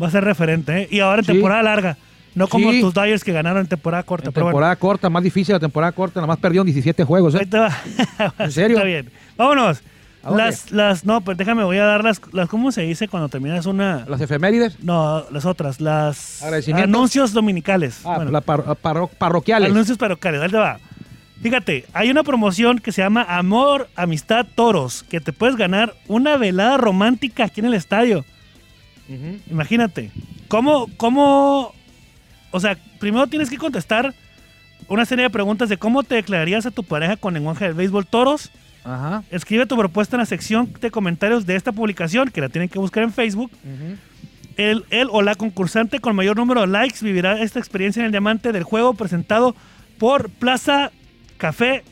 Speaker 1: va a ser referente, ¿eh? Y ahora en
Speaker 2: Sí.
Speaker 1: temporada larga. No como
Speaker 2: Sí.
Speaker 1: tus Dyers que ganaron en temporada corta.
Speaker 2: En
Speaker 1: pero bueno.
Speaker 2: temporada corta, más difícil la temporada corta, nada más perdieron 17 juegos. ¿eh?
Speaker 1: Ahí te va.
Speaker 2: <laughs> ¿En
Speaker 1: <laughs>
Speaker 2: serio?
Speaker 1: Está bien. Vámonos.
Speaker 2: ¿A dónde?
Speaker 1: Las, las, no, pues déjame, voy a dar las, las, ¿cómo se dice cuando terminas una?
Speaker 2: Las efemérides,
Speaker 1: No, las otras, las
Speaker 2: Agradecimientos.
Speaker 1: anuncios dominicales.
Speaker 2: ah,
Speaker 1: Bueno,
Speaker 2: las par- parro- parroquiales.
Speaker 1: anuncios parroquiales, ahí te va. Fíjate, hay una promoción que se llama Amor, Amistad, Toros, que te puedes ganar una velada romántica aquí en el estadio.
Speaker 2: Ujú.
Speaker 1: Imagínate. ¿Cómo, cómo, o sea, primero tienes que contestar una serie de preguntas de cómo te declararías a tu pareja con lenguaje del béisbol Toros,
Speaker 2: Ajá.
Speaker 1: Escribe tu propuesta en la sección de comentarios de esta publicación, que la tienen que buscar en Facebook. El, el o la concursante con mayor número de likes vivirá esta experiencia en el diamante del juego presentado por Plaza Café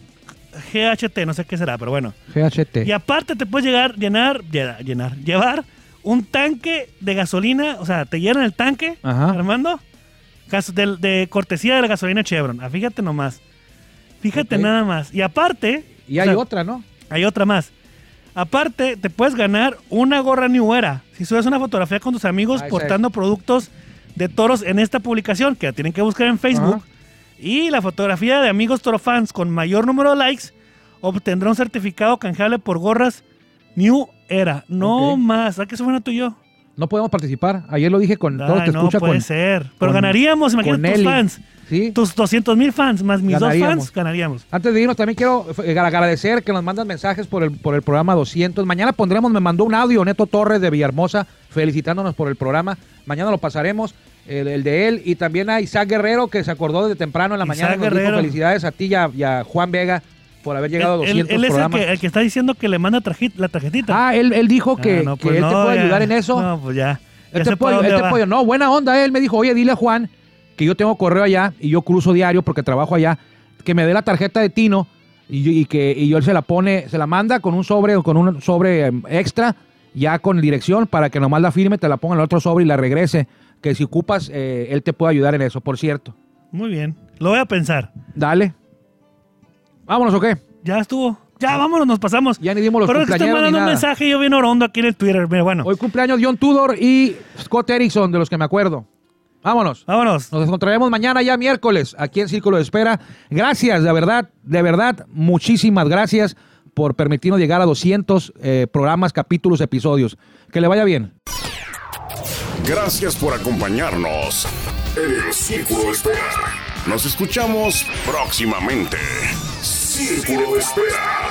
Speaker 1: GHT. No sé qué será, pero bueno.
Speaker 2: GHT.
Speaker 1: Y aparte te puedes llegar, llenar, llena- llenar, llevar un tanque de gasolina. O sea, te llenan el tanque,
Speaker 2: Ajá.
Speaker 1: Armando, gas- del- de, cortesía de la gasolina Chevron. Ah, fíjate nomás. Fíjate
Speaker 2: Ok.
Speaker 1: nada más. Y aparte...
Speaker 2: Y
Speaker 1: o
Speaker 2: hay
Speaker 1: sea,
Speaker 2: otra, ¿no?
Speaker 1: hay otra más. Aparte, te puedes ganar una gorra New Era si subes una fotografía con tus amigos
Speaker 2: Ah, esa
Speaker 1: portando productos de toros en esta publicación, que la tienen que buscar en Facebook.
Speaker 2: Ajá.
Speaker 1: Y la fotografía de amigos torofans con mayor número de likes obtendrá un certificado canjeable por gorras New Era. No Ah,
Speaker 2: Ok.
Speaker 1: más. ¿A qué suena tú y yo?
Speaker 2: No podemos participar. Ayer lo dije con todo
Speaker 1: Ay,
Speaker 2: te
Speaker 1: no
Speaker 2: escucha
Speaker 1: puede
Speaker 2: con-
Speaker 1: ser. Pero
Speaker 2: con-
Speaker 1: ganaríamos, imagínate
Speaker 2: con
Speaker 1: tus
Speaker 2: Eli.
Speaker 1: fans.
Speaker 2: Sí.
Speaker 1: Tus 200 mil fans más mis dos
Speaker 2: Ganaríamos.
Speaker 1: fans, ganaríamos.
Speaker 2: Antes de irnos, también quiero eh, agradecer que nos mandan mensajes por el, por el programa 200. Mañana pondremos, me mandó un audio Neto Torres de Villahermosa felicitándonos por el programa. Mañana lo pasaremos, el, el de él. Y también a Isaac Guerrero, que se acordó de temprano en la
Speaker 1: Isaac
Speaker 2: mañana. y nos dijo
Speaker 1: Guerrero.
Speaker 2: felicidades a ti y a, y a Juan Vega por haber llegado a
Speaker 1: Él-
Speaker 2: 200
Speaker 1: él él es el
Speaker 2: programas.
Speaker 1: que, el que está diciendo que le manda traje- la tarjetita.
Speaker 2: Ah, él, él dijo que,
Speaker 1: Ah, no,
Speaker 2: que
Speaker 1: pues
Speaker 2: él te
Speaker 1: no,
Speaker 2: puede
Speaker 1: ya.
Speaker 2: ayudar en eso.
Speaker 1: No, pues ya. Ya
Speaker 2: Él te
Speaker 1: sé
Speaker 2: puede-
Speaker 1: para
Speaker 2: él
Speaker 1: dónde
Speaker 2: te
Speaker 1: va.
Speaker 2: puede ayudar. este No, buena onda. eh. Él me dijo, oye, dile a Juan que yo tengo correo allá y yo cruzo diario porque trabajo allá, que me dé la tarjeta de Tino y, yo- y que y yo él se la pone, se la manda con un sobre o con un sobre em, extra, ya con dirección, para que nomás la firme, te la ponga en el otro sobre y la regrese. Que si ocupas, eh, él te puede ayudar en eso, por cierto.
Speaker 1: Muy bien. Lo voy a pensar.
Speaker 2: Dale. Vámonos, ¿o qué?
Speaker 1: Ya estuvo. Ya, vámonos, nos pasamos.
Speaker 2: Ya ni dimos los
Speaker 1: Pero es que están
Speaker 2: cumpleañeros ni
Speaker 1: mandando un
Speaker 2: nada.
Speaker 1: mensaje yo bien orondo aquí en el Twitter. Mira, bueno,
Speaker 2: Hoy cumpleaños John Tudor y Scott Erickson, de los que me acuerdo. Vámonos.
Speaker 1: vámonos.
Speaker 2: Nos encontraremos mañana ya miércoles aquí en Círculo de Espera. Gracias, de verdad, de verdad, muchísimas gracias por permitirnos llegar a 200 eh, programas, capítulos, episodios. Que le vaya bien.
Speaker 3: Gracias por acompañarnos en el Círculo de Espera. Nos escuchamos próximamente. Círculo de Espera.